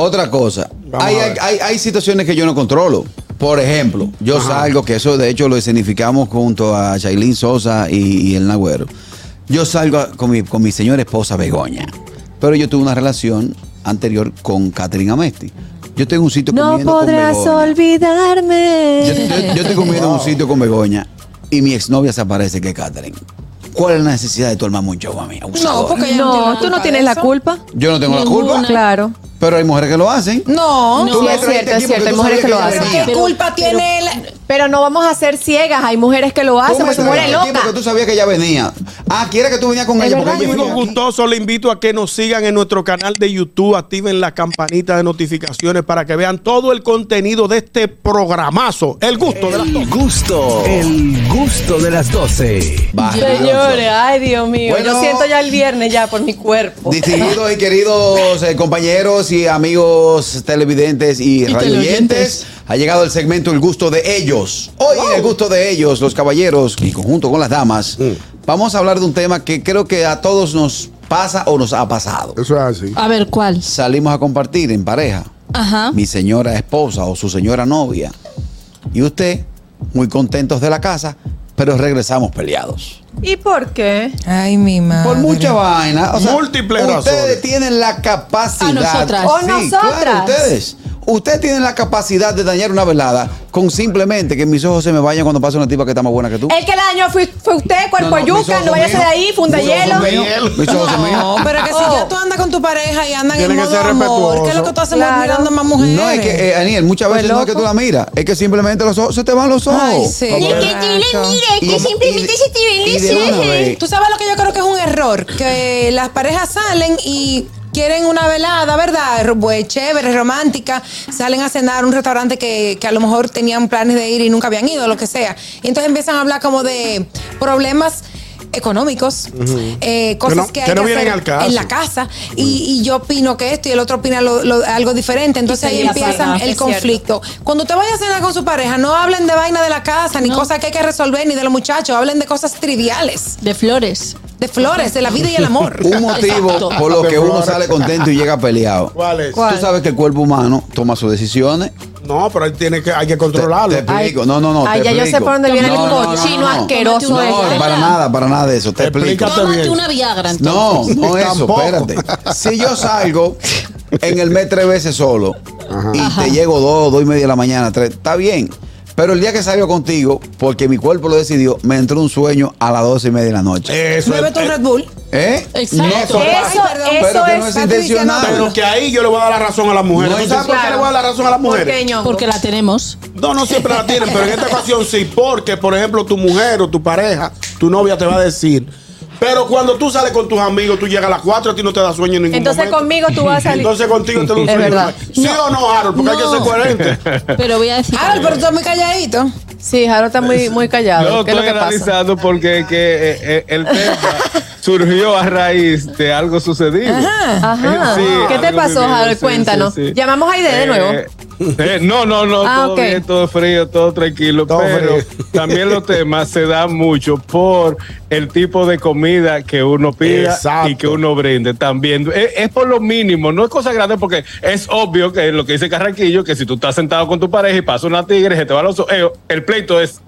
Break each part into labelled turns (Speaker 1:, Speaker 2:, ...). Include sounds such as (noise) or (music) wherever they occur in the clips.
Speaker 1: Otra cosa, hay, hay, hay, hay situaciones que yo no controlo. Por ejemplo, yo salgo, que eso de hecho lo escenificamos junto a Shailene Sosa y, y el Nagüero. Yo salgo a- con mi, con mi señora esposa Begoña, pero yo tuve una relación anterior con Catherine Amesti. Yo tengo un sitio
Speaker 2: No
Speaker 1: comiendo con
Speaker 2: podrás
Speaker 1: Begoña.
Speaker 2: olvidarme.
Speaker 1: Yo, yo- yo estoy comiendo en un sitio con Begoña y mi exnovia se aparece que es Catherine. ¿Cuál es la necesidad de tu hermano un show a mí? abusador?
Speaker 3: No, porque- Ella
Speaker 2: no, tú no tienes la culpa.
Speaker 1: yo no tengo la culpa,
Speaker 2: Claro.
Speaker 1: pero hay mujeres que lo hacen.
Speaker 3: No.
Speaker 1: Tú
Speaker 2: Sí,
Speaker 1: me
Speaker 2: es
Speaker 1: traes
Speaker 2: cierto, es
Speaker 1: este tipo
Speaker 2: cierto, hay
Speaker 1: tú
Speaker 2: mujeres
Speaker 1: sabías
Speaker 2: que lo
Speaker 1: yo
Speaker 2: hacen.
Speaker 3: ¿Qué
Speaker 1: venía.
Speaker 2: Pero-
Speaker 3: culpa tiene él?
Speaker 2: Pero no vamos a ser ciegas. Hay mujeres que lo hacen,
Speaker 1: ¿Cómo
Speaker 2: pues
Speaker 1: se
Speaker 2: se muere
Speaker 1: llama el tipo
Speaker 2: loca.
Speaker 1: este que tú sabías que ella venía? Ah, quiere que tú venías con
Speaker 2: Es
Speaker 1: ella porque
Speaker 2: verdad,
Speaker 1: ella
Speaker 4: Amigos
Speaker 1: venía aquí.
Speaker 4: gustosos, les invito a que nos sigan en nuestro canal de YouTube, activen la campanita de notificaciones para que vean todo el contenido de este programazo. El gusto de las
Speaker 5: El gusto, el gusto de las 12.
Speaker 1: Barrioso.
Speaker 2: Señores, ay Dios mío.
Speaker 1: Bueno.
Speaker 2: Yo siento ya el viernes ya por mi cuerpo.
Speaker 1: Distinguidos y queridos eh, compañeros y amigos televidentes y, radioyentes, ha llegado el segmento El gusto de ellos. Hoy en El gusto de ellos, los caballeros, y conjunto con las damas,
Speaker 6: Mm.
Speaker 1: vamos a hablar de un tema que creo que a todos nos pasa o nos ha pasado.
Speaker 6: Eso es así.
Speaker 3: A ver, ¿cuál?
Speaker 1: Salimos a compartir en pareja,
Speaker 3: Ajá.
Speaker 1: mi señora esposa o su señora novia, y usted, muy contentos de la casa, pero regresamos peleados.
Speaker 2: ¿Y por qué?
Speaker 7: Ay, mi madre.
Speaker 1: Por mucha vaina. O sea,
Speaker 4: Múltiples
Speaker 1: Ustedes
Speaker 4: razones.
Speaker 1: tienen la capacidad.
Speaker 3: A nosotras.
Speaker 2: O
Speaker 1: Sí,
Speaker 2: nosotras.
Speaker 1: claro, ustedes. Ustedes tienen la capacidad de dañar una velada con simplemente que mis ojos se me vayan cuando pasa una tipa que está más buena que tú.
Speaker 2: El que la dañó fue, fue usted, cuerpo
Speaker 1: No, no, mis
Speaker 2: yuca,
Speaker 1: ojos
Speaker 2: Eh, no váyase
Speaker 1: son
Speaker 2: de
Speaker 1: míos.
Speaker 2: ahí, funda
Speaker 1: Mis ojos
Speaker 2: hielo.
Speaker 1: son míos. Mis ojos son míos.
Speaker 7: No, pero que si
Speaker 2: Oh.
Speaker 7: ya tú andas con tu pareja y andan en
Speaker 4: Tiene que
Speaker 7: modo
Speaker 4: ser
Speaker 7: amor,
Speaker 4: respetuoso.
Speaker 7: ¿qué es lo que tú haces más
Speaker 2: Claro.
Speaker 7: mirando a más mujeres?
Speaker 1: No, es que, eh, Aniel, muchas veces no es que tú la miras, es que simplemente los ojos, se te van los ojos.
Speaker 7: Ay, sí.
Speaker 1: Como-
Speaker 7: Ni
Speaker 1: Y-
Speaker 7: que
Speaker 1: y- y-
Speaker 3: este
Speaker 1: y de
Speaker 3: ¿eh?
Speaker 1: una vez.
Speaker 7: Tú sabes lo que yo creo que es un error, que las parejas salen y quieren una velada, ¿verdad? Ro- bue- chévere, romántica, salen a cenar a un restaurante que, que a lo mejor tenían planes de ir y nunca habían ido, lo que sea. Y entonces empiezan a hablar como de problemas económicos, eh, cosas
Speaker 4: Que no-
Speaker 7: que, hay
Speaker 4: que
Speaker 7: que,
Speaker 4: no vienen
Speaker 7: hacer
Speaker 4: al caso.
Speaker 7: en la casa y, y yo opino que esto y el otro opina lo- lo- algo diferente, entonces
Speaker 3: Y
Speaker 7: ahí
Speaker 3: se dispara,
Speaker 7: empieza
Speaker 3: es
Speaker 7: el
Speaker 3: cierto.
Speaker 7: conflicto. Cuando te vayas a cenar con su pareja, no hablen de vaina de la casa, ni cosas que hay que resolver, ni de los muchachos, hablen de cosas triviales.
Speaker 3: De flores.
Speaker 7: De flores, de la vida y
Speaker 1: (laughs)
Speaker 7: el amor. (laughs)
Speaker 1: Un motivo
Speaker 3: Exacto.
Speaker 1: por lo
Speaker 4: De
Speaker 1: que uno
Speaker 4: flores.
Speaker 1: sale contento y llega peleado.
Speaker 4: ¿Cuál es?
Speaker 1: Tú sabes que el cuerpo humano toma sus decisiones.
Speaker 4: No, pero él tiene que, hay que
Speaker 1: Te,
Speaker 4: controlarlo.
Speaker 1: te explico. No, no, no.
Speaker 2: Ay,
Speaker 1: te
Speaker 2: ya yo sé
Speaker 1: explico.
Speaker 2: por dónde viene
Speaker 1: No,
Speaker 2: el
Speaker 1: no, no,
Speaker 2: cochino
Speaker 1: no, no.
Speaker 2: asqueroso. este.
Speaker 3: Tómate una
Speaker 2: ese.
Speaker 1: No, para nada, para nada de eso. Te explico.
Speaker 4: Explícate
Speaker 3: Tómate
Speaker 4: bien.
Speaker 3: una Viagra.
Speaker 1: No,
Speaker 3: entonces.
Speaker 1: no eso,
Speaker 4: Tampoco.
Speaker 1: espérate. Si yo salgo en el mes tres veces solo y te llego dos, dos y media de la mañana, tres, está bien. Pero el día que salgo contigo, porque mi cuerpo lo decidió, me entró un sueño a las doce y media de la noche.
Speaker 4: Eso es-
Speaker 7: Bébete un Red Bull.
Speaker 1: ¿Eh?
Speaker 3: Exacto.
Speaker 1: No,
Speaker 2: Eso,
Speaker 7: Ay, perdón,
Speaker 1: pero
Speaker 2: eso
Speaker 1: que no es
Speaker 2: es.
Speaker 1: intencional.
Speaker 4: pero que ahí yo le voy a dar la razón a las mujeres.
Speaker 1: No,
Speaker 4: ¿Tú sabes por qué
Speaker 2: claro.
Speaker 4: le voy a dar la razón a las mujeres?
Speaker 2: Pequeño.
Speaker 3: Porque la tenemos.
Speaker 4: No, no siempre la tienen, pero en esta ocasión sí, porque por ejemplo tu mujer o tu pareja, tu novia te va a decir. Pero cuando tú sales con tus amigos, tú llegas a las 4, a ti no te da sueño en ningún
Speaker 2: Entonces
Speaker 4: momento.
Speaker 2: conmigo tú vas a salir.
Speaker 4: Entonces contigo te da un
Speaker 2: Es
Speaker 4: sueño.
Speaker 2: verdad.
Speaker 4: ¿Sí o no, Harold? Porque hay que
Speaker 3: No.
Speaker 4: ser coherente.
Speaker 3: Pero voy a decir.
Speaker 7: Ah, pero tú estás muy calladito.
Speaker 2: Sí, Jaro está muy, muy callado.
Speaker 8: Yo
Speaker 2: ¿Qué es
Speaker 8: estoy
Speaker 2: lo que pasa?
Speaker 8: analizando porque que, eh, eh, el tema
Speaker 2: (laughs)
Speaker 8: surgió a raíz de algo sucedido.
Speaker 2: Ajá. ¿Qué te
Speaker 8: algo
Speaker 2: pasó,
Speaker 8: vivido,
Speaker 2: Harold?
Speaker 8: sí,
Speaker 2: Cuéntanos.
Speaker 8: sí, sí.
Speaker 2: Llamamos a Aide de
Speaker 8: Eh,
Speaker 2: nuevo.
Speaker 8: eh, no, no, no,
Speaker 2: Ah,
Speaker 8: todo
Speaker 2: ok.
Speaker 8: bien, todo frío, todo tranquilo,
Speaker 4: Todo
Speaker 8: pero
Speaker 4: frío.
Speaker 8: también los temas se dan mucho por el tipo de comida que uno pida
Speaker 4: Exacto.
Speaker 8: y que uno brinde también. Es, es por lo mínimo, no es cosa grande porque es obvio que lo que dice Carraquillo, que si tú estás sentado con tu pareja y pasa una tigre, se te va los ojos, eh, el pleito es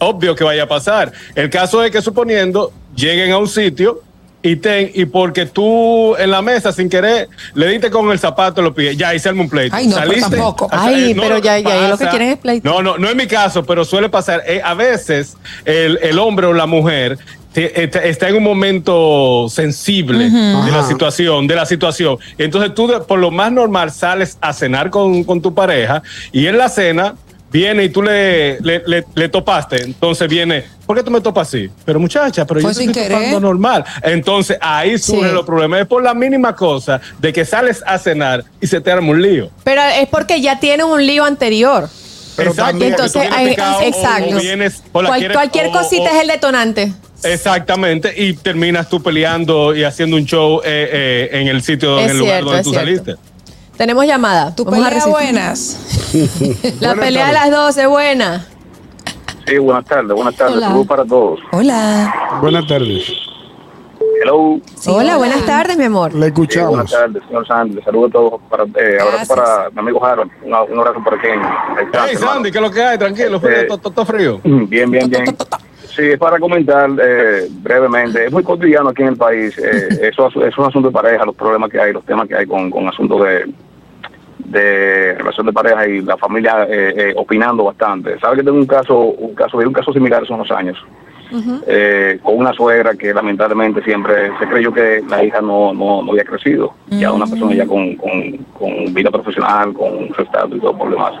Speaker 8: obvio que vaya a pasar. El caso es que suponiendo lleguen a un sitio y ten, y porque tú en la mesa sin querer le diste con el zapato lo pies, ya y se arma un pleito.
Speaker 7: Ay, no, pero tampoco.
Speaker 8: o sea,
Speaker 2: pues Ay,
Speaker 8: eh, no,
Speaker 2: pero
Speaker 8: no,
Speaker 2: ya- ya, lo que
Speaker 8: pasa.
Speaker 2: quieren es pleito.
Speaker 8: No, no, no es mi caso, pero suele pasar. Eh, a veces el, el hombre o la mujer te- está- está en un momento sensible de la
Speaker 4: Ajá.
Speaker 8: situación, de la situación. Entonces tú de- por lo más normal sales a cenar con, con tu pareja y en la cena viene y tú le, le, le- le topaste. Entonces viene, ¿por qué tú me topas así? Pero muchacha, pero
Speaker 7: Fue
Speaker 8: yo te
Speaker 7: sin
Speaker 8: estoy
Speaker 7: querer.
Speaker 8: topando normal. Entonces ahí surgen
Speaker 2: Sí.
Speaker 8: los problemas. Es por la mínima cosa de que sales a cenar y se te arma un lío.
Speaker 2: Pero es porque ya tienen un lío anterior.
Speaker 4: Pero también que tú
Speaker 2: Entonces,
Speaker 8: vienes
Speaker 2: ay,
Speaker 8: picado o-
Speaker 2: exacto.
Speaker 8: o vienes- o la
Speaker 2: Cual-
Speaker 8: quieres-
Speaker 2: cualquier
Speaker 8: o-
Speaker 2: cosita
Speaker 8: o-
Speaker 2: es el detonante.
Speaker 8: Exactamente, y terminas tú peleando y haciendo un show eh, eh, en el sitio,
Speaker 2: Es
Speaker 8: en el lugar
Speaker 2: cierto,
Speaker 8: donde
Speaker 2: es
Speaker 8: tú
Speaker 2: cierto.
Speaker 8: saliste.
Speaker 2: Tenemos llamada.
Speaker 7: Tu
Speaker 2: Vamos a
Speaker 7: pelea
Speaker 2: recibir-
Speaker 7: buenas.
Speaker 2: (laughs) La
Speaker 4: Buenas
Speaker 2: pelea de las 12, buena.
Speaker 9: Sí, buenas tardes, buenas tardes.
Speaker 3: Hola.
Speaker 9: Saludos para todos.
Speaker 7: Hola.
Speaker 4: Buenas tardes.
Speaker 6: Hello.
Speaker 7: Sí,
Speaker 2: hola, buenas tardes, mi amor.
Speaker 4: Le
Speaker 6: Sí, buenas
Speaker 4: escuchamos.
Speaker 6: tardes, señor Sandy. Saludos a todos. Para, eh,
Speaker 7: Gracias.
Speaker 6: abrazo para mi amigo Harold. Un, un abrazo por aquí. en el chat,
Speaker 8: Hey,
Speaker 6: hermano.
Speaker 8: Sandy, ¿qué es lo que hay? Tranquilo,
Speaker 6: Eh,
Speaker 8: frío, todo- todo frío.
Speaker 6: Mm, Bien, bien, bien. Sí, es para comentar eh, brevemente. Es muy cotidiano aquí en el país. eh,
Speaker 8: (laughs)
Speaker 6: eso asu- es un asunto de pareja, los problemas que hay, los temas que hay con, con asuntos de, de relación de pareja y la familia eh, eh, opinando bastante. ¿Sabe que tengo un caso, un caso, un caso similar hace unos años? eh, con una suegra que lamentablemente siempre se creyó que la hija no, no, no había crecido. Ya una persona
Speaker 7: Mm.
Speaker 6: ya con, con, con vida profesional, con su estatus y todo por lo demás.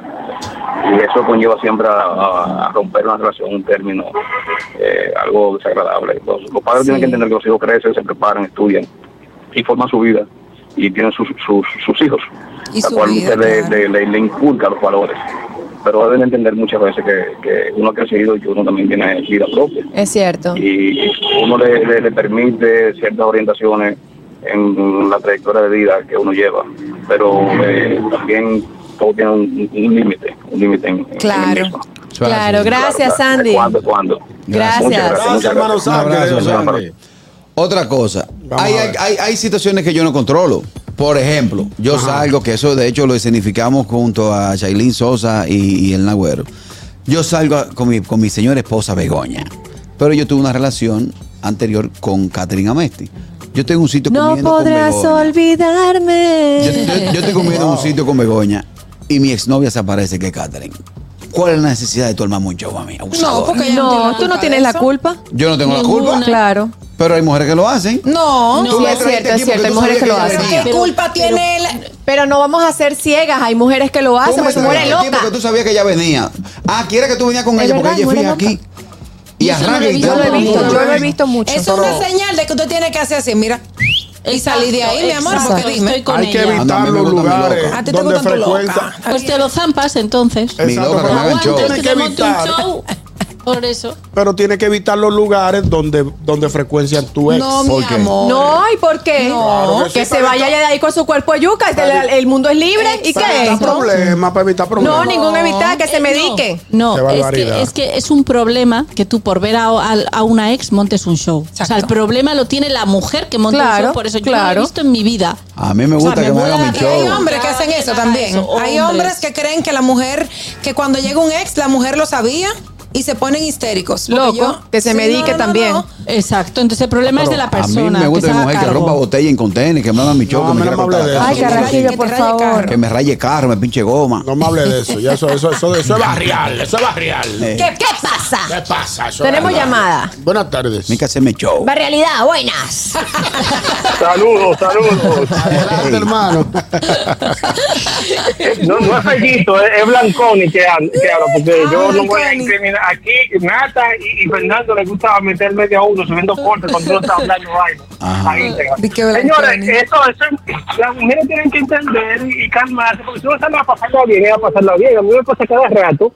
Speaker 6: Y eso conlleva siempre a, a- a romper una relación, un término, eh, algo desagradable. Entonces, los padres tienen que entender que los hijos crecen, se preparan, estudian y forman su vida y tienen sus, sus, sus hijos,
Speaker 7: Y
Speaker 6: la
Speaker 7: su
Speaker 6: cual
Speaker 7: vida,
Speaker 6: usted le-
Speaker 7: claro.
Speaker 6: le, le- le inculca los valores. Pero deben entender muchas veces que, que uno ha crecido y que uno también tiene vida propia
Speaker 2: Es cierto.
Speaker 6: y uno le, le- le permite ciertas orientaciones en la trayectoria de vida que uno lleva, pero eh, también todo tiene un un límite, un límite en, en el
Speaker 7: Claro.
Speaker 6: mismo.
Speaker 2: Claro, gracias,
Speaker 6: Claro,
Speaker 2: Sandy.
Speaker 6: ¿Cuándo, cuándo?
Speaker 2: Gracias.
Speaker 6: Muchas
Speaker 4: Gracias,
Speaker 6: muchas
Speaker 4: hermano
Speaker 1: Un
Speaker 4: Sandy.
Speaker 1: abrazo,
Speaker 4: Gracias,
Speaker 1: Sandy.
Speaker 4: hermano.
Speaker 1: Otra cosa,
Speaker 4: Vamos
Speaker 1: hay,
Speaker 4: a ver.
Speaker 1: hay- hay situaciones que yo no controlo. Por ejemplo, yo salgo, que eso de hecho lo escenificamos junto a Shailene Sosa y, y el Nagüero. Yo salgo a- con mi, con mi señora esposa Begoña, pero yo tuve una relación anterior con Catherine Amesti. Yo tengo un sitio
Speaker 2: No
Speaker 1: comiendo con
Speaker 2: podrás
Speaker 1: Begoña.
Speaker 2: olvidarme.
Speaker 1: Yo, yo- yo estoy comiendo en un sitio con Begoña y mi exnovia se aparece que es Catherine. ¿Cuál es la necesidad de tu hermano un show a mí?
Speaker 7: No,
Speaker 1: abusadora?
Speaker 7: porque ella tiene
Speaker 2: no, tú no
Speaker 7: culpa
Speaker 2: tienes
Speaker 7: de
Speaker 2: la
Speaker 7: eso.
Speaker 2: culpa.
Speaker 1: Yo no tengo la culpa,
Speaker 2: Claro.
Speaker 1: pero hay mujeres que lo hacen.
Speaker 7: No,
Speaker 1: Tú
Speaker 2: sí,
Speaker 1: la
Speaker 2: es
Speaker 1: trajiste
Speaker 2: cierto,
Speaker 1: aquí
Speaker 2: es cierto,
Speaker 1: porque
Speaker 2: hay
Speaker 1: tú
Speaker 2: mujeres
Speaker 1: sabías
Speaker 2: que lo
Speaker 1: ella
Speaker 7: pero
Speaker 2: hacen.
Speaker 1: venía.
Speaker 7: ¿qué
Speaker 3: Pero-
Speaker 7: culpa
Speaker 3: pero-
Speaker 7: tiene él?
Speaker 2: Pero no vamos a ser ciegas. Hay mujeres que
Speaker 3: Ah,
Speaker 2: lo hacen,
Speaker 1: Tú me
Speaker 2: pues se muere
Speaker 1: trajiste aquí
Speaker 2: loca.
Speaker 1: Porque tú sabías que ella venía. Ah, quiere que tú venías con
Speaker 2: Es
Speaker 1: ella
Speaker 2: verdad,
Speaker 1: porque ella
Speaker 2: muere
Speaker 1: fija
Speaker 2: loca.
Speaker 1: aquí. Y
Speaker 3: Yo sí lo he
Speaker 1: arranca y
Speaker 3: visto,
Speaker 2: Yo lo he
Speaker 1: todo el
Speaker 2: visto,
Speaker 1: mundo
Speaker 2: yo lo he
Speaker 1: ven.
Speaker 2: visto mucho.
Speaker 7: Es una señal de que usted tiene que hacer así, mira. Y
Speaker 3: Exacto,
Speaker 7: salir de ahí, mi amor,
Speaker 3: exacto,
Speaker 7: porque dime.
Speaker 3: Estoy con
Speaker 4: Hay que
Speaker 1: Ah,
Speaker 3: ella.
Speaker 1: no, a mí
Speaker 4: evitar
Speaker 1: me
Speaker 4: los
Speaker 1: gusta mi loca.
Speaker 4: lugares
Speaker 7: A ti te
Speaker 4: donde
Speaker 7: gustan tus
Speaker 4: frecuenta.
Speaker 7: locas.
Speaker 3: Pues te lo zampas entonces.
Speaker 1: Mi
Speaker 4: Exacto,
Speaker 1: loca, que
Speaker 4: pero
Speaker 1: me hagan show.
Speaker 3: Aguantas que te
Speaker 4: Tiene que
Speaker 3: monte un
Speaker 4: evitar.
Speaker 3: show. Por eso.
Speaker 4: Pero tiene que evitar los lugares donde, donde frecuencian tu ex.
Speaker 7: No, mi
Speaker 1: ¿Por qué?
Speaker 7: amor.
Speaker 2: No, ¿y por qué?
Speaker 4: Claro que
Speaker 2: que
Speaker 4: sí,
Speaker 2: se
Speaker 4: para
Speaker 2: vaya
Speaker 4: evitar-
Speaker 2: ya de ahí con su cuerpo de yuca. El,
Speaker 4: Para-
Speaker 2: el mundo es libre. ¿Y
Speaker 4: Para
Speaker 2: qué
Speaker 4: evitar
Speaker 2: es?
Speaker 4: problemas, para evitar problemas.
Speaker 2: No, ningún evitar que se
Speaker 3: Eh,
Speaker 2: medique.
Speaker 3: No,
Speaker 4: Qué
Speaker 3: no, es,
Speaker 4: barbaridad.
Speaker 3: que, es que es un problema que tú por ver a, a- a una ex montes un show. O sea, el
Speaker 7: Exacto.
Speaker 3: problema lo tiene la mujer que monta un
Speaker 2: Claro,
Speaker 3: show. Por eso yo no lo
Speaker 2: claro.
Speaker 3: he visto en mi vida.
Speaker 1: A mí me
Speaker 3: O sea,
Speaker 1: gusta que me
Speaker 3: mola
Speaker 1: hagan mi
Speaker 3: que
Speaker 7: Y hay
Speaker 1: show.
Speaker 7: hombres que hacen eso también.
Speaker 3: Eso,
Speaker 7: Hay
Speaker 3: hombres.
Speaker 7: hombres que creen que la mujer, que cuando llega un ex, la mujer lo sabía y se ponen histéricos. Porque
Speaker 2: Loco, que se medique también.
Speaker 3: Exacto, entonces el problema es de la
Speaker 1: A mí
Speaker 3: persona.
Speaker 1: me gusta
Speaker 3: que
Speaker 1: la
Speaker 3: se haga
Speaker 1: mujer que
Speaker 3: cargo.
Speaker 1: rompa botella en contenedores, que me hagan mi show,
Speaker 4: No,
Speaker 1: que
Speaker 4: a mí
Speaker 1: me
Speaker 4: no
Speaker 1: quiera
Speaker 4: me hable
Speaker 1: cortar
Speaker 4: de
Speaker 1: la
Speaker 4: eso.
Speaker 2: Ay,
Speaker 1: casa, que me-
Speaker 2: Carraquillo,
Speaker 7: que
Speaker 2: por
Speaker 7: te raye
Speaker 2: favor.
Speaker 7: carro.
Speaker 1: Que me raye carro, me pinche goma.
Speaker 4: No me hable de eso. Ya eso, eso, eso, eso es barrial. Eso es barrial.
Speaker 1: Eh,
Speaker 2: ¿Qué, qué pasa?
Speaker 4: ¿Qué pasa? Eso es
Speaker 2: Tenemos
Speaker 4: barrial.
Speaker 2: llamada.
Speaker 4: Buenas tardes.
Speaker 1: Hay que hacerme show.
Speaker 2: Barrealidad, buenas.
Speaker 6: Saludos, saludos.
Speaker 4: Adelante,
Speaker 1: Ey.
Speaker 4: hermano.
Speaker 6: No, no es Fellito, es, es Blanconi que, han- que habla, porque
Speaker 7: Ah,
Speaker 6: yo no voy a
Speaker 7: Blanconi.
Speaker 6: incriminar. Aquí, Nata y, y Fernando les gusta meter media uno subiendo cortes cuando uno está hablando vaina.
Speaker 1: Ajá.
Speaker 6: Ahí se va.
Speaker 7: Di que
Speaker 6: Señores,
Speaker 7: Blanconi.
Speaker 6: eso, eso, las mujeres tienen que entender y, y calmarse, porque si uno sale a pasarla bien, es a pasarla bien. A mí me pasa cada rato.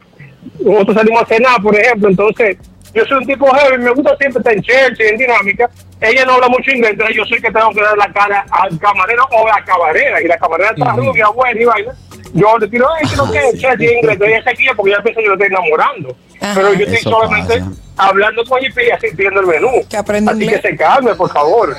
Speaker 6: Nosotros salimos a cenar, por ejemplo, entonces yo soy un tipo heavy, me gusta siempre estar en Chelsea, en dinámica. Ella no habla mucho inglés, entonces yo soy que tengo que dar la cara al camarero o a la camarera, y la camarera está rubia, buena y vaina. Yo le tiro, ay,
Speaker 1: (laughs)
Speaker 6: que no que Chelsea en inglés, entonces ella se guía porque ella piensa que yo la estoy enamorando.
Speaker 7: Ajá.
Speaker 6: Pero yo estoy
Speaker 1: Eso
Speaker 6: solamente
Speaker 1: pasa.
Speaker 6: hablando con ella y asistiendo el menú.
Speaker 7: Que aprenda
Speaker 6: Así
Speaker 7: inglés.
Speaker 6: que se calme, por favor.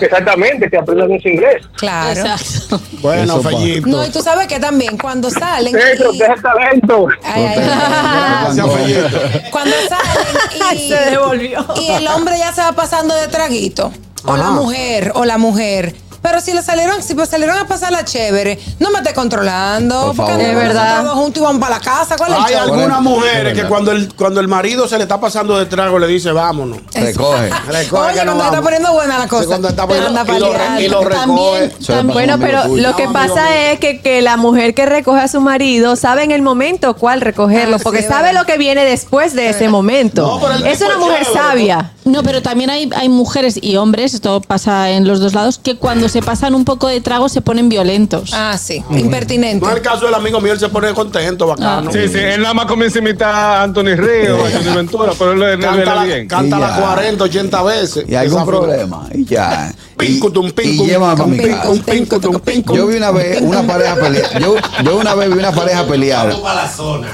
Speaker 6: Exactamente, que aprendan mucho inglés.
Speaker 7: Claro.
Speaker 3: eh, Exacto.
Speaker 4: Bueno,
Speaker 1: Eso pasa.
Speaker 4: Fellito.
Speaker 7: No, y tú sabes que también cuando salen. y-
Speaker 6: Eso, deja el talento.
Speaker 7: Ay, ay, ay.
Speaker 4: Gracias, Fellito.
Speaker 7: Cuando
Speaker 2: (laughs)
Speaker 7: salen y,
Speaker 2: Se devolvió.
Speaker 7: y el hombre ya se va pasando de traguito. O la mujer, o la mujer. Pero si le salieron, si pues salieron a pasar la chévere, no me esté controlando.
Speaker 1: Por
Speaker 7: porque
Speaker 1: favor.
Speaker 7: andamos
Speaker 2: Es verdad.
Speaker 7: nosotros dos juntos y vamos para la casa. ¿Cuál es el
Speaker 4: Hay
Speaker 7: show? (laughs)
Speaker 4: algunas mujeres que
Speaker 1: verdad.
Speaker 4: cuando el, cuando el marido se le está pasando de trago le dice, vámonos.
Speaker 1: Recoge.
Speaker 4: Recoge
Speaker 7: Oye,
Speaker 4: que
Speaker 7: cuando
Speaker 4: no
Speaker 7: está
Speaker 4: vamos.
Speaker 7: poniendo buena la
Speaker 4: Sí,
Speaker 7: cosa.
Speaker 4: cuando está poniendo-
Speaker 7: Anda
Speaker 4: y lo re-
Speaker 7: pa'l
Speaker 4: y
Speaker 7: diablo.
Speaker 4: lo recoge.
Speaker 3: También,
Speaker 1: Eso le
Speaker 3: también-
Speaker 1: pasa a
Speaker 2: Bueno,
Speaker 1: un amigo
Speaker 2: pero
Speaker 1: tuyo.
Speaker 2: lo que
Speaker 4: No,
Speaker 2: pasa
Speaker 4: amigo
Speaker 2: es que, que la mujer que recoge a su marido sabe en el momento cuál recogerlo,
Speaker 7: Ah,
Speaker 2: porque
Speaker 7: sí,
Speaker 2: sabe
Speaker 7: ¿verdad?
Speaker 2: lo que viene después de ese
Speaker 4: No,
Speaker 2: momento.
Speaker 4: pero el
Speaker 2: es
Speaker 4: tipo
Speaker 2: una
Speaker 4: es
Speaker 2: mujer
Speaker 4: chévere,
Speaker 2: sabia.
Speaker 3: No, pero también hay, hay mujeres y hombres, esto pasa en los dos lados, que cuando se pasan un poco de trago se ponen violentos.
Speaker 7: Ah, sí. Impertinente.
Speaker 4: No es el caso del amigo mío, él se pone
Speaker 7: Ah,
Speaker 4: contento, bacano.
Speaker 8: Sí, sí, él nada más comienza a imitar a Anthony Ríos, a Anthony Ventura, pero él, él, él
Speaker 4: eh, Canta,
Speaker 8: era
Speaker 4: la,
Speaker 8: bien.
Speaker 4: canta
Speaker 1: Y
Speaker 4: la
Speaker 1: ya.
Speaker 4: 40, 80 veces.
Speaker 1: Y algún
Speaker 4: Desafina.
Speaker 1: problema. Y ya. Y,
Speaker 4: Pincutum,
Speaker 1: y
Speaker 4: pincutum,
Speaker 1: llévame para mi
Speaker 4: pincutum,
Speaker 1: casa.
Speaker 4: pincutum, pincutum.
Speaker 1: Yo vi una vez una pareja pelear. Yo, yo una vez vi una pareja pelear.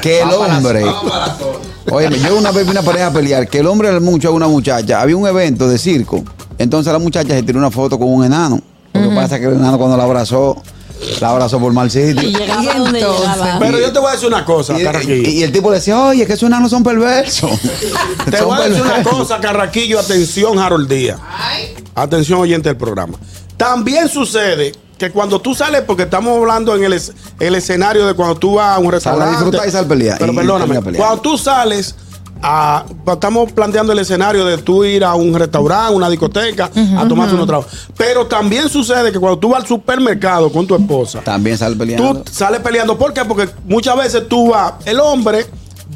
Speaker 1: Que el hombre. Oye, yo una vez vi una pareja pelear. Que el hombre era mucho a una muchacha. Había un evento de circo Entonces la muchacha se tiró una foto con un enano. Lo que pasa es que el enano cuando la abrazó, la abrazó por mal sitio.
Speaker 3: Y llegaba donde
Speaker 7: entonces?
Speaker 3: llegaba.
Speaker 4: Pero yo te voy a decir una cosa,
Speaker 1: Y,
Speaker 4: Carraquillo.
Speaker 1: y- y el tipo le decía, oye, que esos enanos son perversos.
Speaker 4: (laughs) Te
Speaker 1: Son
Speaker 4: voy a decir una
Speaker 1: perversos.
Speaker 4: cosa, Carraquillo, atención, Harold Díaz. Atención, oyente del programa. También sucede que cuando tú sales, porque estamos hablando en el, es- el escenario de cuando tú vas a un
Speaker 1: Sal a
Speaker 4: restaurante.
Speaker 1: disfrutar y sal a pelear.
Speaker 4: Pero
Speaker 1: Y- y
Speaker 4: perdóname,
Speaker 1: termina peleando.
Speaker 4: cuando tú sales, a- estamos planteando el escenario de tú ir a un restaurante, una discoteca, a tomarte unos tragos. Pero también sucede que cuando tú vas al supermercado con tu esposa,
Speaker 1: También sale
Speaker 4: Tú
Speaker 1: peleando.
Speaker 4: sales peleando. ¿Por qué? Porque muchas veces tú vas, el hombre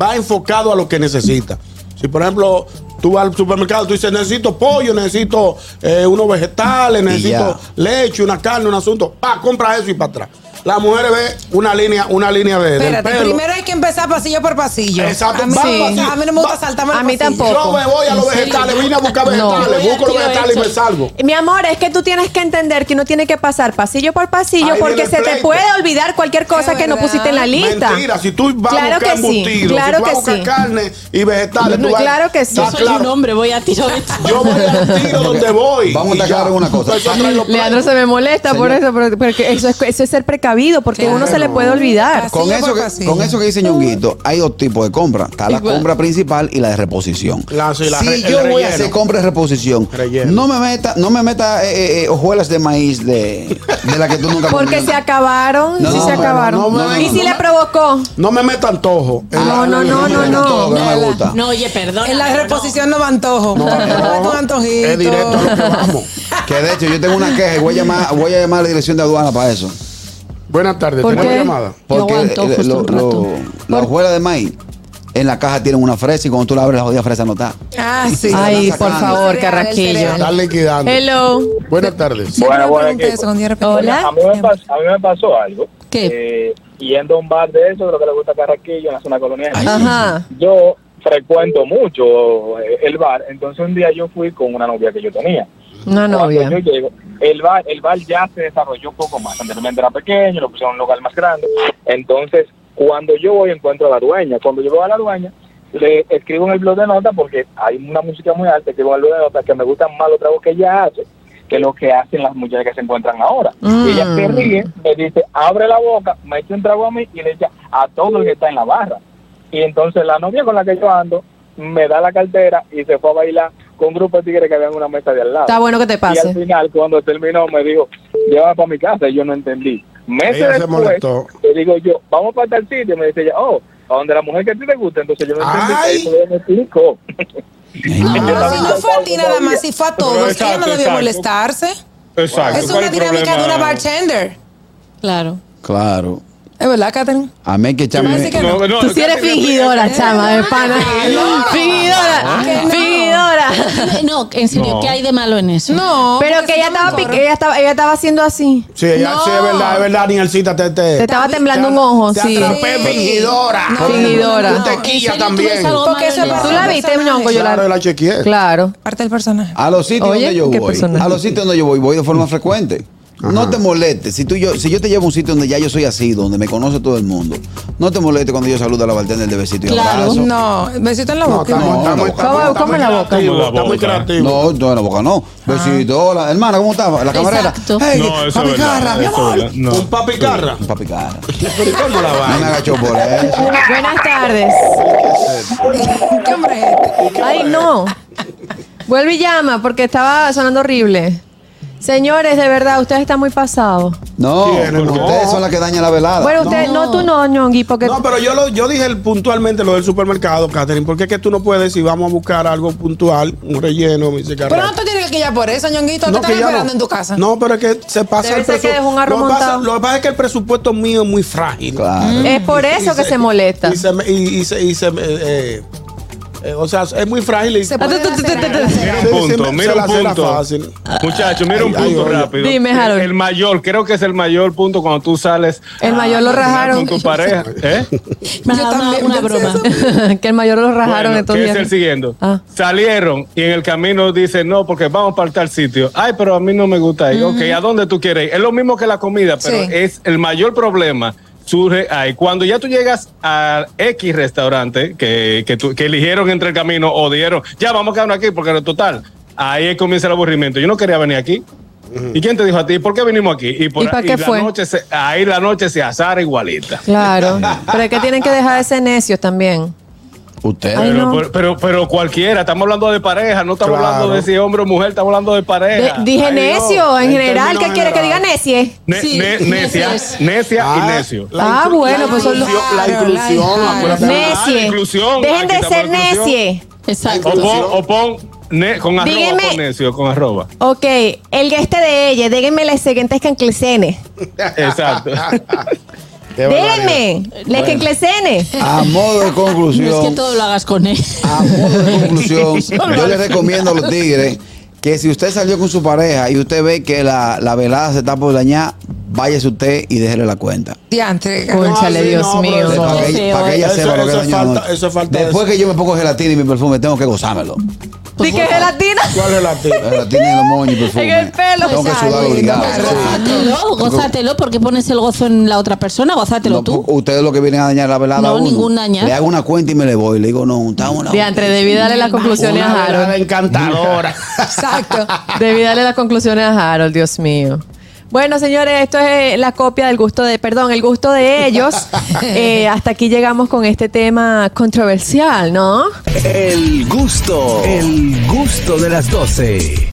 Speaker 4: va enfocado a lo que necesita. Si, por ejemplo, tú vas al supermercado, tú dices, necesito pollo, necesito eh, unos vegetales, necesito
Speaker 1: ya.
Speaker 4: leche, una carne, un asunto. Pa, compra eso y para atrás. Las mujeres ven una línea, una línea de. del
Speaker 7: Espérate,
Speaker 4: pelo.
Speaker 7: primero hay que empezar pasillo por pasillo.
Speaker 4: Exacto.
Speaker 7: A mí,
Speaker 4: Vamos
Speaker 7: sí.
Speaker 4: así.
Speaker 7: a mí no me gusta saltarme el
Speaker 2: A mí
Speaker 7: pasillo.
Speaker 2: tampoco.
Speaker 4: Yo me voy a los vegetales, vine a buscar vegetales,
Speaker 3: Yo
Speaker 4: busco los
Speaker 3: ya
Speaker 4: vegetales y
Speaker 3: lo he
Speaker 4: me salgo.
Speaker 2: Mi amor, es que tú tienes que entender que uno tiene que pasar pasillo por pasillo
Speaker 4: Ahí viene
Speaker 2: porque
Speaker 4: el
Speaker 2: se te
Speaker 4: pleito.
Speaker 2: puede olvidar cualquier cosa
Speaker 7: Es
Speaker 2: que no
Speaker 7: verdad.
Speaker 2: pusiste en la lista.
Speaker 4: Mentira, si tú vas a
Speaker 2: Claro
Speaker 4: buscar
Speaker 2: que sí,
Speaker 4: embutidos, si
Speaker 2: claro
Speaker 4: tú vas a
Speaker 2: que
Speaker 4: buscar
Speaker 2: sí.
Speaker 4: carne y vegetales,
Speaker 2: No,
Speaker 4: tú vas-
Speaker 2: claro que sí.
Speaker 3: Yo
Speaker 4: Está
Speaker 3: soy
Speaker 4: claro.
Speaker 3: un hombre, voy a tiro de
Speaker 4: Yo voy al tiro donde voy.
Speaker 1: Vamos a
Speaker 4: Y
Speaker 1: estar
Speaker 4: ya.
Speaker 1: claros en una cosa.
Speaker 4: Eso trae los
Speaker 2: Leandro se me molesta por eso, pero- porque eso es, eso es ser precavido, porque
Speaker 7: Claro.
Speaker 2: uno se le puede olvidar.
Speaker 7: Así
Speaker 1: Con
Speaker 7: Pasillo
Speaker 1: eso,
Speaker 7: por
Speaker 1: que,
Speaker 7: pasillo.
Speaker 1: con eso que dice Ñonguito, hay dos tipos de compra. Está la
Speaker 3: Igual.
Speaker 1: compra principal y la de reposición.
Speaker 4: La- sí, la
Speaker 1: si
Speaker 4: re- el
Speaker 1: yo voy a
Speaker 4: relleno.
Speaker 1: hacer compra de reposición,
Speaker 4: Relleno.
Speaker 1: no me meta, no me meta eh, eh, eh, hojuelas de maíz de, de la que tú nunca
Speaker 2: Porque
Speaker 1: comías.
Speaker 2: se acabaron,
Speaker 1: No,
Speaker 2: sí
Speaker 1: no,
Speaker 2: se
Speaker 1: no,
Speaker 2: acabaron.
Speaker 1: no, no, no,
Speaker 2: ¿Y si
Speaker 1: no,
Speaker 2: le
Speaker 1: no.
Speaker 2: provocó?
Speaker 4: No me meta antojo.
Speaker 1: Ah,
Speaker 2: No, no, no, no,
Speaker 1: me encantó,
Speaker 2: no.
Speaker 1: que no me gusta.
Speaker 3: No, oye, perdón.
Speaker 7: En la reposición no me antojo. No, con antojito.
Speaker 4: Es directo a lo que vamos.
Speaker 1: Que de hecho yo tengo una queja y voy a llamar, voy a llamar a la dirección de aduana para eso.
Speaker 4: Buenas tardes,
Speaker 2: ¿Por
Speaker 4: tenemos
Speaker 2: qué?
Speaker 4: llamada.
Speaker 1: Porque
Speaker 3: Yo aguanto
Speaker 1: eh,
Speaker 3: justo
Speaker 1: lo-
Speaker 3: un
Speaker 1: lo-
Speaker 3: rato.
Speaker 1: la hojuela de maíz en la caja tienen una fresa y cuando tú la abres la jodida fresa no está.
Speaker 7: Ah, sí.
Speaker 2: Ay,
Speaker 1: por
Speaker 2: favor,
Speaker 7: El cereal, el
Speaker 2: Carraquillo.
Speaker 7: cereal.
Speaker 4: Están liquidando.
Speaker 2: Hello.
Speaker 4: Buenas tardes.
Speaker 7: Siempre
Speaker 10: Bueno,
Speaker 7: me
Speaker 10: bueno,
Speaker 7: pregunté
Speaker 10: equipo.
Speaker 7: eso cuando yo repetí.
Speaker 2: Hola.
Speaker 10: A mí, me pasó, a mí me pasó algo.
Speaker 3: ¿Qué?
Speaker 10: Eh, yendo a un bar de eso, de lo que le gusta a Carraquillo, en la zona colonial.
Speaker 2: Ajá.
Speaker 10: Yo frecuento mucho eh, el bar, entonces un día yo fui con una novia que yo tenía.
Speaker 2: Una novia.
Speaker 10: Cuando yo llego, el bar, el bar ya se desarrolló un poco más. Anteriormente era pequeño, lo pusieron en un lugar más grande. Entonces, cuando yo voy, encuentro a la dueña. Cuando yo voy a la dueña, le escribo en el blog de notas, porque hay una música muy alta, escribo en el blog de notas que me gustan más los tragos que ella hace que lo que hacen las muchachas que se encuentran ahora.
Speaker 2: Mm.
Speaker 10: Y ella se ríe, me dice, abre la boca, me echa un trago a mí y le echa a todo el que está en la barra. Y entonces la novia con la que yo ando me da la cartera y se fue a bailar con un grupo de tigres que había en una mesa de al lado.
Speaker 2: Está bueno que te
Speaker 10: Y al
Speaker 2: pase.
Speaker 10: final, cuando terminó, me dijo, llévame para mi casa. Y yo no entendí. Meses
Speaker 4: Ella se
Speaker 10: después,
Speaker 4: molestó.
Speaker 10: le digo yo, vamos para tal sitio. Y me dice ella, oh, a donde la mujer que a ti te gusta. Entonces yo no
Speaker 4: ¡Ay!
Speaker 10: entendí. Ella me explicó.
Speaker 7: No, pero si no fue a ti nada más, si fue a
Speaker 8: Pero
Speaker 7: todos,
Speaker 8: exacto,
Speaker 7: ella no debió
Speaker 8: exacto.
Speaker 7: molestarse.
Speaker 8: Exacto.
Speaker 7: Es
Speaker 8: ¿cuál
Speaker 7: una
Speaker 8: el
Speaker 7: dinámica de
Speaker 8: problema?
Speaker 7: una bartender.
Speaker 3: Claro. (laughs)
Speaker 1: Claro.
Speaker 7: ¿Es verdad, Catherine?
Speaker 1: A mí hay que echarme.
Speaker 7: Parece que no.
Speaker 8: no,
Speaker 2: Tú sí eres
Speaker 8: Catherine,
Speaker 2: fingidora, chama, de pana. Fingidora,
Speaker 7: Que no.
Speaker 2: fingidora.
Speaker 3: No, en serio,
Speaker 8: No.
Speaker 3: ¿qué hay de malo en eso?
Speaker 7: No.
Speaker 2: Pero
Speaker 7: porque
Speaker 2: que
Speaker 7: si
Speaker 2: ella
Speaker 7: no,
Speaker 2: estaba,
Speaker 7: mejor.
Speaker 2: pic- ella estaba, ella estaba haciendo así.
Speaker 4: Sí, ella- sí, es verdad, es verdad, Nielcita, te, te,
Speaker 2: Te estaba temblando un ojo,
Speaker 4: te
Speaker 2: sí.
Speaker 4: atrapé,
Speaker 7: Sí.
Speaker 4: fingidora.
Speaker 7: No,
Speaker 2: Fingidora.
Speaker 4: Un
Speaker 3: ¿En serio
Speaker 4: tequilla
Speaker 3: tú ves
Speaker 4: también.
Speaker 3: algo
Speaker 7: Porque
Speaker 3: malo
Speaker 7: eso
Speaker 3: en
Speaker 7: es
Speaker 2: ¿Tú
Speaker 7: verdad.
Speaker 2: la viste, Ñongo,
Speaker 4: Claro,
Speaker 2: Yolanda?
Speaker 4: la chequeé.
Speaker 2: Claro.
Speaker 7: Parte del personaje.
Speaker 4: Ah,
Speaker 1: A los sitios
Speaker 2: Oye,
Speaker 1: donde yo
Speaker 2: qué
Speaker 1: voy.
Speaker 2: personaje.
Speaker 1: A los sitios donde yo voy, voy de forma frecuente. No te molestes. Si, tú y yo, si yo te llevo a un sitio donde ya yo soy así, donde me conoce todo el mundo, no te molestes cuando yo saludo a la bartender de besito y
Speaker 3: Claro.
Speaker 1: abrazo.
Speaker 7: No, besito en la
Speaker 4: No,
Speaker 7: boca.
Speaker 4: estamos- estamos- estamos-
Speaker 2: ¿Cómo- cómo
Speaker 4: estamos
Speaker 2: la boca?
Speaker 4: creativos,
Speaker 8: ¿Cómo la
Speaker 4: Está muy
Speaker 8: boca?
Speaker 4: creativo.
Speaker 1: No, no, en la boca no. Besito, hola. Hermana, ¿cómo estás? La camarera.
Speaker 3: Exacto.
Speaker 1: Hey,
Speaker 8: No, eso
Speaker 1: papi
Speaker 8: es verdad,
Speaker 1: Carra, mi
Speaker 8: eso es
Speaker 1: amor.
Speaker 8: verdad. No.
Speaker 4: Un papi carra.
Speaker 1: Papi Carra.
Speaker 4: Pero ¿Cómo la
Speaker 1: No me ¿eh?
Speaker 4: va?
Speaker 1: agachó por eso.
Speaker 2: Buenas tardes.
Speaker 7: ¿Qué hombre es este?
Speaker 2: Ay, no. Vuelve y llama porque estaba sonando horrible. Señores, de verdad, ustedes están muy pasados.
Speaker 1: No,
Speaker 4: ¿Quién? ¿Por qué?
Speaker 1: ustedes son las que dañan la velada.
Speaker 2: Bueno, ustedes, no, tú no, Ñongui, porque
Speaker 4: No, pero yo lo, yo dije el- puntualmente lo del supermercado, Catherine, porque es que tú no puedes decir vamos a buscar algo puntual, un relleno, me dice
Speaker 7: Pero
Speaker 4: Carraquillo.
Speaker 7: no te tienes que quillar por eso, ñonguito. te
Speaker 4: No,
Speaker 7: están
Speaker 4: que ya
Speaker 7: esperando
Speaker 4: no.
Speaker 7: en tu casa.
Speaker 4: No, pero es que se pasa
Speaker 2: Debe
Speaker 4: el
Speaker 2: ser que
Speaker 4: presupuesto.
Speaker 2: dejó un arroz
Speaker 4: lo, que pasa-
Speaker 2: montado.
Speaker 4: lo que pasa es que el presupuesto mío es muy frágil.
Speaker 1: Claro.
Speaker 2: es por eso que se molesta.
Speaker 4: Y se me- y- y se- y se me- eh, eh, o sea, es muy frágil. Y
Speaker 7: Se puede
Speaker 2: Ah, tú, tú, tú,
Speaker 7: hacer
Speaker 2: tú,
Speaker 7: algo.
Speaker 2: tú.
Speaker 8: Mira
Speaker 4: Sí,
Speaker 8: un punto,
Speaker 4: sí, me- se
Speaker 8: mira
Speaker 4: la-
Speaker 8: un
Speaker 4: se la
Speaker 8: punto.
Speaker 4: fácil.
Speaker 8: Muchachos, mira un
Speaker 4: Ay, ay,
Speaker 8: punto
Speaker 4: oye.
Speaker 8: rápido.
Speaker 2: Dime, Harold.
Speaker 8: El mayor, creo que es el mayor punto cuando tú sales.
Speaker 2: El
Speaker 8: a
Speaker 2: mayor lo
Speaker 8: cenar
Speaker 2: rajaron.
Speaker 8: Con tu
Speaker 4: (laughs)
Speaker 8: pareja. ¿Eh?
Speaker 3: Nada,
Speaker 7: Yo
Speaker 3: una-
Speaker 7: también
Speaker 3: una
Speaker 7: pensé
Speaker 3: broma.
Speaker 7: eso.
Speaker 2: que el mayor lo rajaron
Speaker 8: Bueno,
Speaker 2: estos
Speaker 8: que
Speaker 2: días.
Speaker 8: es el siguiente.
Speaker 2: Ah.
Speaker 8: Salieron y en el camino dicen, no, porque vamos para tal sitio. Ay, pero a mí no me gusta ir. Ok, ¿a dónde tú quieres ir? Es lo mismo que la comida, pero
Speaker 7: Sí.
Speaker 8: es el mayor problema. Surge ahí. Cuando ya tú llegas a X restaurante que, que, tú- que eligieron entre el camino o dijeron, ya vamos a quedarnos aquí porque en total ahí comienza el aburrimiento. Yo no quería venir aquí. ¿Y quién te dijo a ti? ¿Por qué vinimos aquí? Y, por
Speaker 2: ¿Y pa'
Speaker 8: ahí
Speaker 2: qué
Speaker 8: la
Speaker 2: fue?
Speaker 8: noche se- ahí la noche se azara igualita. (laughs)
Speaker 2: Claro. Pero es que tienen que dejar de ser necios también.
Speaker 1: Usted.
Speaker 2: Ay,
Speaker 8: Pero,
Speaker 2: no.
Speaker 8: pero, pero- pero cualquiera, estamos hablando de pareja, no estamos
Speaker 4: Claro.
Speaker 8: hablando de si hombre o mujer, estamos hablando de
Speaker 2: De-
Speaker 8: pareja.
Speaker 2: dije
Speaker 4: Ay, Dios.
Speaker 2: necio
Speaker 8: oh,
Speaker 2: en
Speaker 4: En
Speaker 2: general.
Speaker 4: términos
Speaker 2: ¿Qué quiere que diga necie?
Speaker 8: Ne-
Speaker 3: Sí,
Speaker 8: ne- necia,
Speaker 3: necios.
Speaker 8: necia y
Speaker 4: Ah,
Speaker 8: necio.
Speaker 4: la
Speaker 2: Ah,
Speaker 4: inclu-
Speaker 2: bueno,
Speaker 4: la
Speaker 2: pues son los-
Speaker 4: inclusión- La
Speaker 7: Claro, la
Speaker 4: inclusión,
Speaker 7: dejaron.
Speaker 4: acuérdate.
Speaker 8: Ah,
Speaker 2: Necie.
Speaker 8: inclusión.
Speaker 2: Dejen
Speaker 8: Aquí
Speaker 2: de
Speaker 8: estamos
Speaker 2: ser
Speaker 8: en inclusión.
Speaker 2: necie.
Speaker 3: Exacto.
Speaker 8: O pon, o pon ne- con arroba,
Speaker 2: Dígame.
Speaker 8: pon necio, con
Speaker 4: (laughs)
Speaker 8: arroba.
Speaker 2: Ok, el este de ella, déjenme las siguientes canclesenes.
Speaker 8: Exacto.
Speaker 4: Qué barbaridad.
Speaker 2: Déjenme las canclesenes.
Speaker 1: A modo de conclusión.
Speaker 3: No es que todo lo hagas con él.
Speaker 1: A modo
Speaker 3: (laughs)
Speaker 1: de conclusión, yo les recomiendo a los tigres que si usted salió con su pareja y usted ve que la, la velada se está por dañar, váyase usted y déjele la cuenta.
Speaker 7: Diantre.
Speaker 2: Cónchale,
Speaker 4: Ah, sí,
Speaker 2: Dios
Speaker 4: no,
Speaker 2: mío.
Speaker 4: pero
Speaker 1: para,
Speaker 3: qué
Speaker 1: que,
Speaker 3: feo,
Speaker 1: para que ella
Speaker 4: Eso-
Speaker 1: sepa lo que
Speaker 4: eso
Speaker 1: dañó
Speaker 4: es
Speaker 1: la
Speaker 4: falta-
Speaker 1: noche.
Speaker 4: eso es falta de
Speaker 1: Después
Speaker 4: eso.
Speaker 1: que yo me pongo gelatina y mi perfume, tengo que gozármelo.
Speaker 2: Sí que es gelatina.
Speaker 4: ¿Cuál es la tía?
Speaker 1: La Gelatina y los moños y perfume.
Speaker 2: En el pelo.
Speaker 1: Tengo que
Speaker 7: Ay,
Speaker 1: sudar
Speaker 7: no,
Speaker 1: obligado.
Speaker 7: claro.
Speaker 1: sí.
Speaker 3: Gózatelo, gózatelo, porque pones el gozo en la otra persona, gózatelo
Speaker 1: No,
Speaker 3: tú.
Speaker 1: po- Ustedes lo que vienen a dañar la velada.
Speaker 3: No,
Speaker 1: a uno.
Speaker 3: ningún dañar.
Speaker 1: Le hago una cuenta y me le voy. Le digo, no, está una.
Speaker 2: Diantre, debí darle las conclusiones a Harold.
Speaker 4: (laughs) encantadora.
Speaker 7: Exacto.
Speaker 2: Debí darle las conclusiones a Harold, Dios mío. Bueno, señores, esto es eh, la copia del gusto de, perdón, el gusto de ellos. Eh, hasta aquí llegamos con este tema controversial, ¿no?
Speaker 5: El gusto, el gusto de las 12.